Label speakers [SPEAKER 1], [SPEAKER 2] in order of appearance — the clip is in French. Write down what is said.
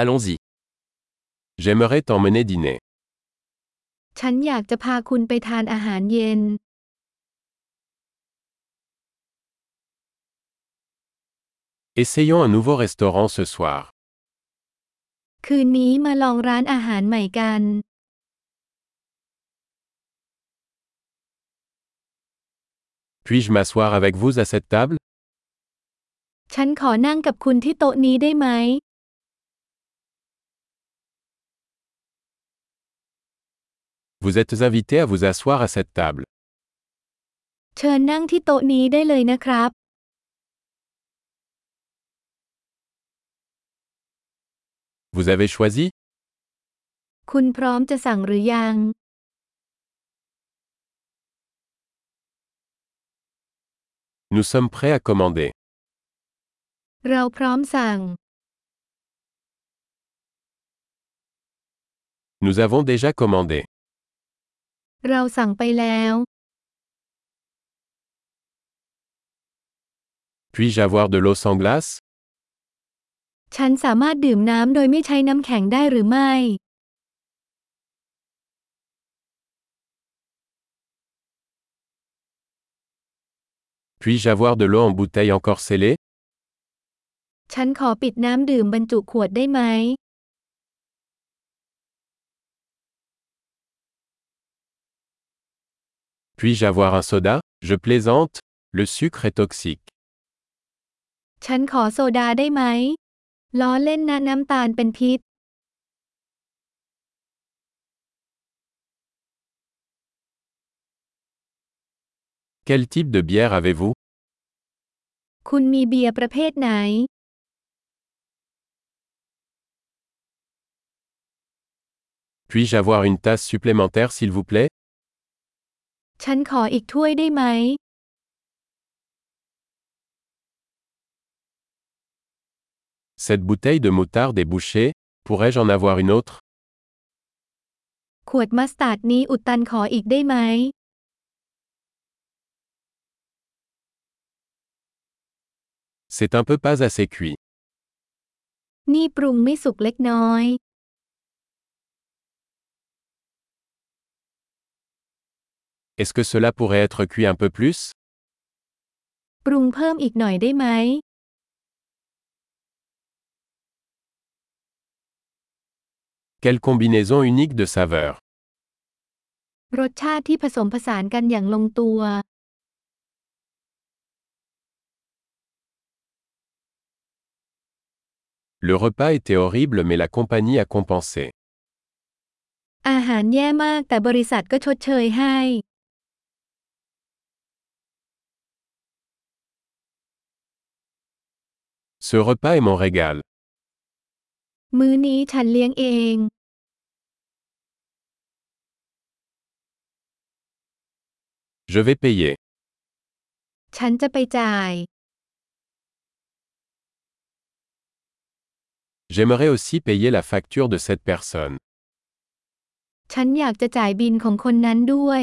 [SPEAKER 1] Allons-y. J'aimerais t'emmener dîner.
[SPEAKER 2] ฉันอยากจะพาคุณไปทานอาหารเย็น
[SPEAKER 1] Essayons un nouveau restaurant ce soir.
[SPEAKER 2] คืนนี้มาลองร้านอาหารใหม่กัน
[SPEAKER 1] Puis-je m'asseoir avec vous à cette table
[SPEAKER 2] ฉันขอนั่งกับคุณที่โต๊ะนี้ได้ไหม
[SPEAKER 1] Vous êtes invité à vous asseoir à cette table.
[SPEAKER 2] เชิญนั่งที่โต๊ะนี้ได้เลยนะครับ
[SPEAKER 1] Vous avez choisi
[SPEAKER 2] คุณพร้อมจะสั่งหรือยัง
[SPEAKER 1] Nous sommes prêts à commander.
[SPEAKER 2] เราพร้อมสั่ง
[SPEAKER 1] Nous avons déjà commandé.
[SPEAKER 2] เราสั่งไปแล้ว
[SPEAKER 1] Puis-je avoir de l'eau sans glace
[SPEAKER 2] ฉันสามารถดื่มน้ำโดยไม่ใช้น้ำแข็งได้หรือไม่
[SPEAKER 1] Puis-je avoir de l'eau en bouteille encore scellée
[SPEAKER 2] ฉันขอปิดน้ำดื่มบรรจุขวดได้ไหม
[SPEAKER 1] Puis-je avoir un soda Je plaisante. Le sucre est toxique.
[SPEAKER 2] ฉันขอโซดาได้ไหม ล้อเล่นนะน้ำตาลเป็นพิษ
[SPEAKER 1] Quel type de bière avez-vous
[SPEAKER 2] คุณมีเบียร์ประเภทไหน
[SPEAKER 1] Puis-je avoir une tasse supplémentaire s'il vous plaît
[SPEAKER 2] ฉันขออีกถ้วยได้ไหม
[SPEAKER 1] Cette bouteille de moutarde est bouchée. Pourrais-je en avoir une autre
[SPEAKER 2] ขวดมัสตาร์ดนี้อุดตันขออีกได้ไหม
[SPEAKER 1] C'est un peu pas assez cuit.
[SPEAKER 2] นี่ปรุงไม่สุกเล็กน้อย
[SPEAKER 1] Est-ce que cela pourrait être cuit un peu plus
[SPEAKER 2] ปรุงเพิ่มอีกหน่อยได้ไหม
[SPEAKER 1] Quelle combinaison unique de saveurs
[SPEAKER 2] รสชาติที่ผสมผสานกันอย่างลงตัว
[SPEAKER 1] Le repas était horrible mais la compagnie a compensé.
[SPEAKER 2] อาหารแย่มากแต่บริษัทก็ชดเชยให้
[SPEAKER 1] Ce repas est mon régal.
[SPEAKER 2] มื้อนี้ฉันเลี้ยงเอง
[SPEAKER 1] Je vais payer.
[SPEAKER 2] ฉันจะไปจ่าย
[SPEAKER 1] J'aimerais aussi payer la facture de cette personne.
[SPEAKER 2] ฉันอยากจะจ่ายบินของคนนั้นด้วย